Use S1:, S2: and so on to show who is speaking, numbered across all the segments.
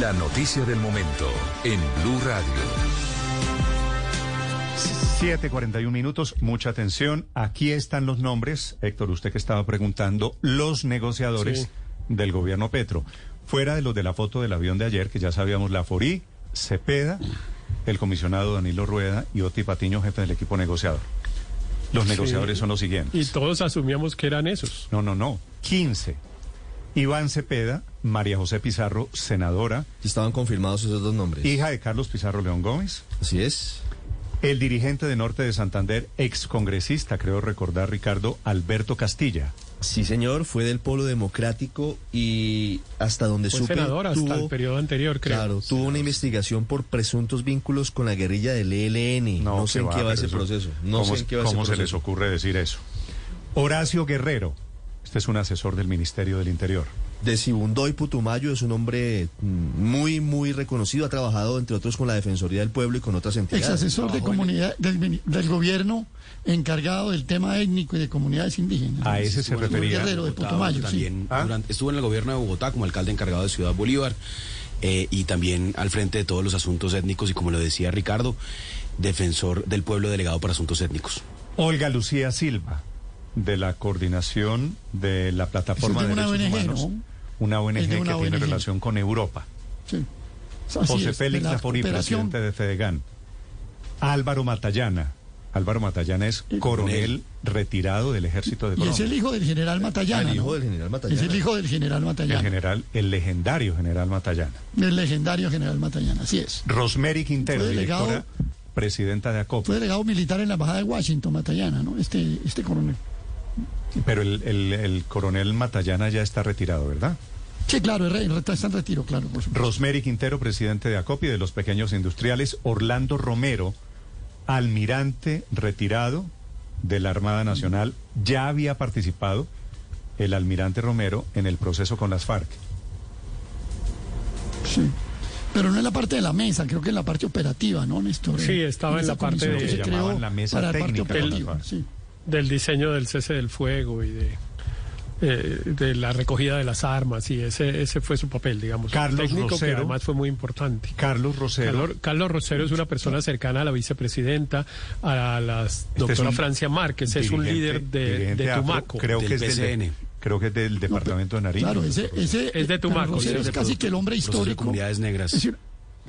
S1: La noticia del momento en Blue Radio.
S2: 7:41 minutos, mucha atención. Aquí están los nombres, Héctor, usted que estaba preguntando, los negociadores del gobierno Petro. Fuera de los de la foto del avión de ayer, que ya sabíamos, la Forí, Cepeda, el comisionado Danilo Rueda y Oti Patiño, jefe del equipo negociador. Los negociadores son los siguientes.
S3: Y todos asumíamos que eran esos.
S2: No, no, no. 15. Iván Cepeda, María José Pizarro, senadora,
S4: Estaban confirmados esos dos nombres.
S2: hija de Carlos Pizarro León Gómez,
S4: Así es.
S2: el dirigente de Norte de Santander, excongresista, creo recordar, Ricardo Alberto Castilla.
S4: Sí, señor, fue del Polo Democrático y hasta donde
S3: Fue
S4: supe
S3: senador hasta
S4: tuvo,
S3: el periodo anterior, creo.
S4: claro, tuvo una investigación por presuntos vínculos con la guerrilla del ELN. No, sé en qué va
S2: pero
S4: ese
S2: eso-
S4: proceso. No
S2: ¿Cómo,
S4: sé en qué va
S2: cómo
S4: ese
S2: se les
S4: proceso.
S2: ocurre decir eso? Horacio Guerrero. Este es un asesor del Ministerio del Interior.
S4: De Sibundoy Putumayo es un hombre mm, muy, muy reconocido. Ha trabajado, entre otros, con la Defensoría del Pueblo y con otras
S5: Ex
S4: entidades.
S5: asesor de comunidad del, mini- del gobierno encargado del tema étnico y de comunidades indígenas.
S2: A ese se
S5: Estuvo en
S2: refería.
S5: Guerrero de Putumayo, sí.
S6: también
S2: Ah.
S6: durante- estuvo en el gobierno de Bogotá como alcalde encargado de Ciudad Bolívar eh, y también al frente de todos los asuntos étnicos y como lo decía Ricardo, defensor del pueblo delegado para asuntos étnicos.
S2: Olga Lucía Silva, de la coordinación de la Plataforma de
S5: Es de una
S2: Derechos
S5: ONG,
S2: Humanos.
S5: ¿no?
S2: Una ONG
S5: Es de
S2: que
S5: una
S2: tiene
S5: ONG.
S2: relación con Europa.
S5: Sí. Así
S2: José
S5: es, de
S2: Félix
S5: la
S2: Lafori,
S5: cooperación.
S2: presidente de Fedegan. Álvaro Matallana. Álvaro Matallana es coronel retirado del ejército de
S5: Eh, Y es
S2: Colombia. Ah,
S5: el hijo del general Matallana.
S4: el hijo
S5: ¿no?
S4: del general Matallana.
S5: Es el hijo del general
S2: El
S5: Matallana.
S2: general, el legendario general Matallana.
S5: Del legendario general Matallana, así es.
S2: Rosemary Quintero,
S5: Fue delegado-
S2: directora, presidenta de ACOP.
S5: Fue delegado militar en la embajada de Washington, Matallana, ¿no? Este, este coronel.
S2: Pero el, el- el coronel Matallana ya está retirado, ¿verdad?
S5: Sí, claro, es re- está en retiro, claro, por supuesto.
S2: Rosemary Quintero, presidente de ACOPI de los pequeños industriales. Orlando Romero, almirante retirado de la Armada Nacional. Ya había participado el almirante Romero en el proceso con las FARC.
S5: Sí. Pero no en la parte de la mesa, creo que en la parte operativa, ¿no, Néstor?
S3: Sí, estaba en
S5: esa
S3: la parte
S5: comisión que
S3: de-
S5: se
S3: que
S2: llamaban
S5: creó
S2: la mesa
S5: para
S2: técnica,
S5: parte operativa.
S2: ¿no?
S5: sí.
S3: Del diseño del cese del fuego y de, eh, de la recogida de las armas. Y ese, ese fue su papel, digamos.
S2: Carlos
S3: técnico que
S2: Rosero.
S3: además fue muy importante.
S2: Carlos Rosero.
S3: Carlos, Carlos Rosero es una persona cercana a la vicepresidenta, a la
S2: este es
S3: doctora
S2: un
S3: Francia Márquez, es un
S2: dirigente-
S3: líder de,
S2: dirigente
S3: de
S2: afro,
S3: Tumaco.
S2: creo, que
S6: del
S2: es del,
S6: PCN.
S2: creo que es del departamento de Nariño.
S5: Claro, ese, ese
S3: Es de Tumaco,
S5: Carlos
S3: sí,
S5: Rosero
S3: es
S5: es
S3: de
S5: casi que el hombre
S6: Proceso de
S5: histórico.
S6: comunidades negras.
S5: Es, decir,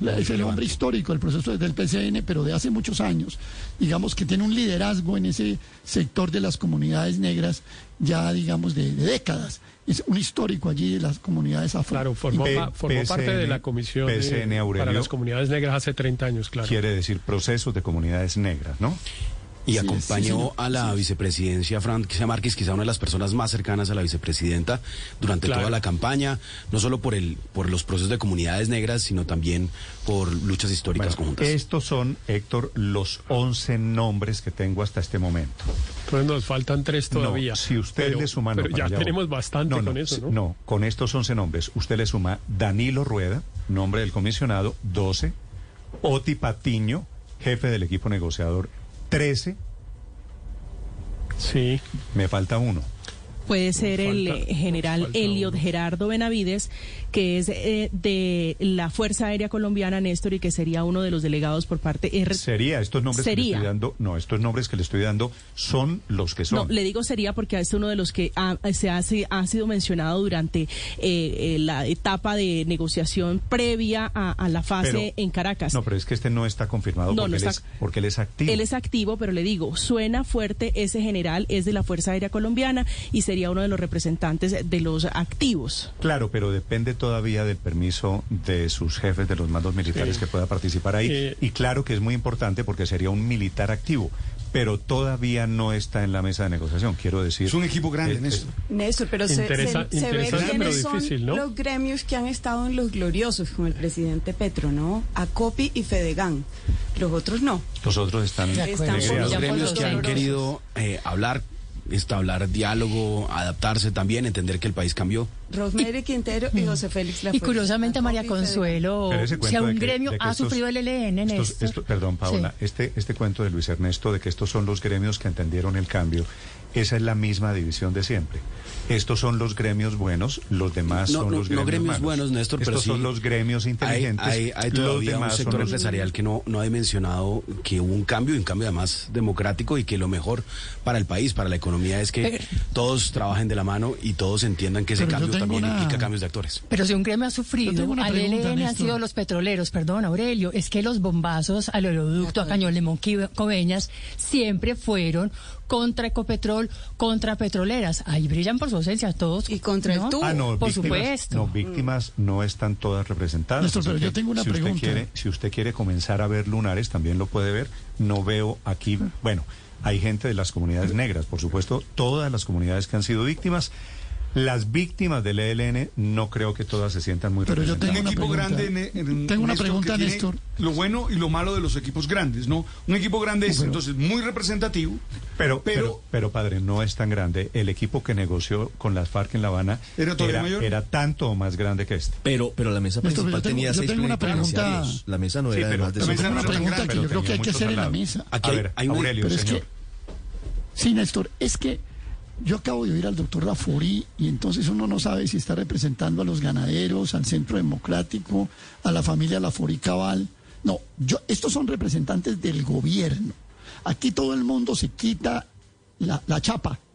S5: la- es el
S6: relevante.
S5: hombre histórico del proceso desde el PCN, pero de hace muchos años. Digamos que tiene un liderazgo en ese sector de las comunidades negras, ya digamos de, de décadas. Es un histórico allí de las comunidades afro.
S3: Claro, formó,
S2: P-
S3: pa- formó parte de
S2: PCN,
S3: la comisión de-
S2: PCN Aurelio.
S3: para las comunidades negras hace 30 años, claro.
S2: Quiere decir procesos de comunidades negras, ¿no?
S6: Y
S5: Sí, sí,
S6: acompañó
S5: señor.
S6: a la vicepresidencia Francia Márquez, quizá una de las personas más cercanas a la vicepresidenta durante
S3: Claro.
S6: toda la campaña, no solo por el por los procesos de comunidades negras, sino también por luchas históricas
S2: Bueno,
S6: conjuntas.
S2: estos son, Héctor, los 11 nombres que tengo hasta este momento.
S3: Entonces nos faltan tres todavía.
S2: No, si usted
S3: Pero-
S2: le suma... no,
S3: pero ya
S2: para allá voy.
S3: tenemos bastante
S2: No, no,
S3: con eso,
S2: si-
S3: ¿no?
S2: No, con estos 11 nombres, usted le suma Danilo Rueda, nombre del comisionado, 12, Oti Patiño, jefe del equipo negociador, 13,
S3: Sí.
S2: me falta uno.
S7: Puede ser el
S3: falta-
S7: eh, general
S3: nos falta
S7: Elliot
S3: uno.
S7: Gerardo Benavides, que es eh, de la Fuerza Aérea Colombiana, Néstor, y que sería uno de los delegados por parte R.
S2: Sería, estos nombres que le
S7: Sería.
S2: estoy dando, no, estos nombres que le estoy dando son los que
S7: No,
S2: son.
S7: le digo sería porque es uno de los que ha, se hace, ha sido mencionado durante eh, eh, la etapa de negociación previa a, a la fase
S2: Pero-
S7: en Caracas.
S2: No, pero es que este no está confirmado
S7: No,
S2: porque,
S7: no
S2: él
S7: está-
S2: es, porque él es activo.
S7: Él es activo, pero le digo, suena fuerte ese general, es de la Fuerza Aérea Colombiana y sería uno de los representantes de los activos.
S2: Claro, pero depende todavía del permiso de sus jefes, de los mandos militares
S3: Sí.
S2: que pueda participar ahí.
S3: Eh,
S2: y claro que es muy importante porque sería un militar activo. pero todavía no está en la mesa de negociación, quiero decir.
S6: Es un equipo grande,
S2: eh,
S6: Néstor.
S8: Néstor, pero se,
S3: Interesa-
S8: se- se ve
S3: interesante,
S8: quiénes
S3: pero
S8: son
S3: difícil, ¿no?
S8: los gremios que han estado en los gloriosos, como el presidente Petro, ¿no? Acopi y Fedegan. Los otros no.
S2: Los otros están
S8: De acuerdo.
S2: negreados.
S8: Estamos
S6: Los
S8: Ya
S6: gremios
S8: por los
S6: que han
S8: dolorosos.
S6: querido eh, hablar, entablar diálogo, adaptarse también, entender que el país cambió.
S8: Rosemary Quintero y José Félix
S9: Y
S8: Lafuente.
S9: curiosamente, María
S8: Acopi y Fedegan.
S9: Consuelo,
S2: Pero ese
S9: o
S2: cuento
S9: sea,
S2: de
S9: un
S2: que-
S9: gremio
S2: de que
S9: ha
S2: estos-
S9: sufrido el E ELN en
S2: estos-
S9: esto.
S2: esto- Perdón, Paola,
S9: Sí.
S2: este, este cuento de Luis Ernesto de que estos son los gremios que entendieron el cambio, esa es la misma división de siempre. Estos son los gremios buenos, los demás
S6: No,
S2: son
S6: no-
S2: los
S6: no
S2: gremios,
S6: gremios
S2: malos.
S6: buenos, Néstor,
S2: Estos
S6: pero sí
S2: son los gremios
S6: hay-
S2: inteligentes.
S6: Hay, hay todavía
S2: los demás
S6: un sector
S2: son los-
S6: empresarial que no, no ha dimensionado que hubo un cambio, y un cambio además democrático, y que lo mejor para el país, para la economía, es que
S9: Pero-
S6: todos trabajen de la mano y todos entiendan que ese
S5: Pero yo
S6: cambio
S5: tengo
S6: también
S5: una-
S6: implica cambios de actores.
S9: Pero si un gremio ha
S5: Yo
S9: sufrido,
S5: tengo una
S9: al
S5: pregunta,
S9: ELN han
S5: Néstor.
S9: sido los petroleros, perdón, Aurelio, es que los bombazos al oleoducto, a Cañón Limón, Quibe- Coveñas, siempre fueron contra Ecopetrol, contra petroleras. Ahí brillan por su ausencia todos.
S8: Y contra el
S9: ¿no?
S8: tubo.
S2: Ah, no,
S9: por
S2: víctimas,
S9: supuesto. Mm.
S2: No, víctimas no están todas representadas.
S5: Néstor,
S2: Así
S5: pero
S2: que
S5: yo tengo una
S2: si usted
S5: pregunta.
S2: quiere- si usted quiere comenzar a ver lunares, también lo puede ver. No veo aquí,
S5: Ah.
S2: bueno, hay gente de las comunidades negras, por supuesto, todas las comunidades que han sido víctimas. Las víctimas del ELN no creo que todas se sientan muy
S5: Pero yo
S2: representadas.
S5: tengo una pregunta.
S10: e-,
S5: Tengo una pregunta, Néstor.
S10: Lo bueno y lo malo de los equipos grandes, ¿no? Un equipo grande es
S5: No, pero-
S10: entonces muy representativo,
S2: Pero, pero,
S10: pero-
S2: pero, padre, no es tan grande. El equipo que negoció con las FARC en La Habana
S10: ¿Era todavía mayor?
S2: era tanto o más grande que este.
S4: Pero, pero la mesa
S5: Néstor,
S4: principal
S5: yo tengo-
S4: tenía
S5: yo
S4: seis
S5: tengo una pregunta.
S4: plenipotenciarios. La mesa no
S2: Sí,
S4: era de
S2: pero
S4: más de
S10: la
S4: seis
S10: mesa no
S5: Tengo una
S10: Pero
S5: pregunta que yo
S2: tenía
S5: creo que hay que
S2: muchos
S5: hacer
S2: al
S5: en la
S2: lado.
S5: mesa.
S6: Aquí
S2: a
S6: hay-
S2: ver,
S6: hay una-
S2: Aurelio,
S5: Pero es
S2: señor.
S5: que, sí, Néstor, es que yo acabo de oír al doctor Rafuri y entonces uno no sabe si está representando a los ganaderos, al Centro Democrático, a la familia Lafori Cabal. No, yo, estos son representantes del gobierno. Aquí todo el mundo se quita la, la chapa,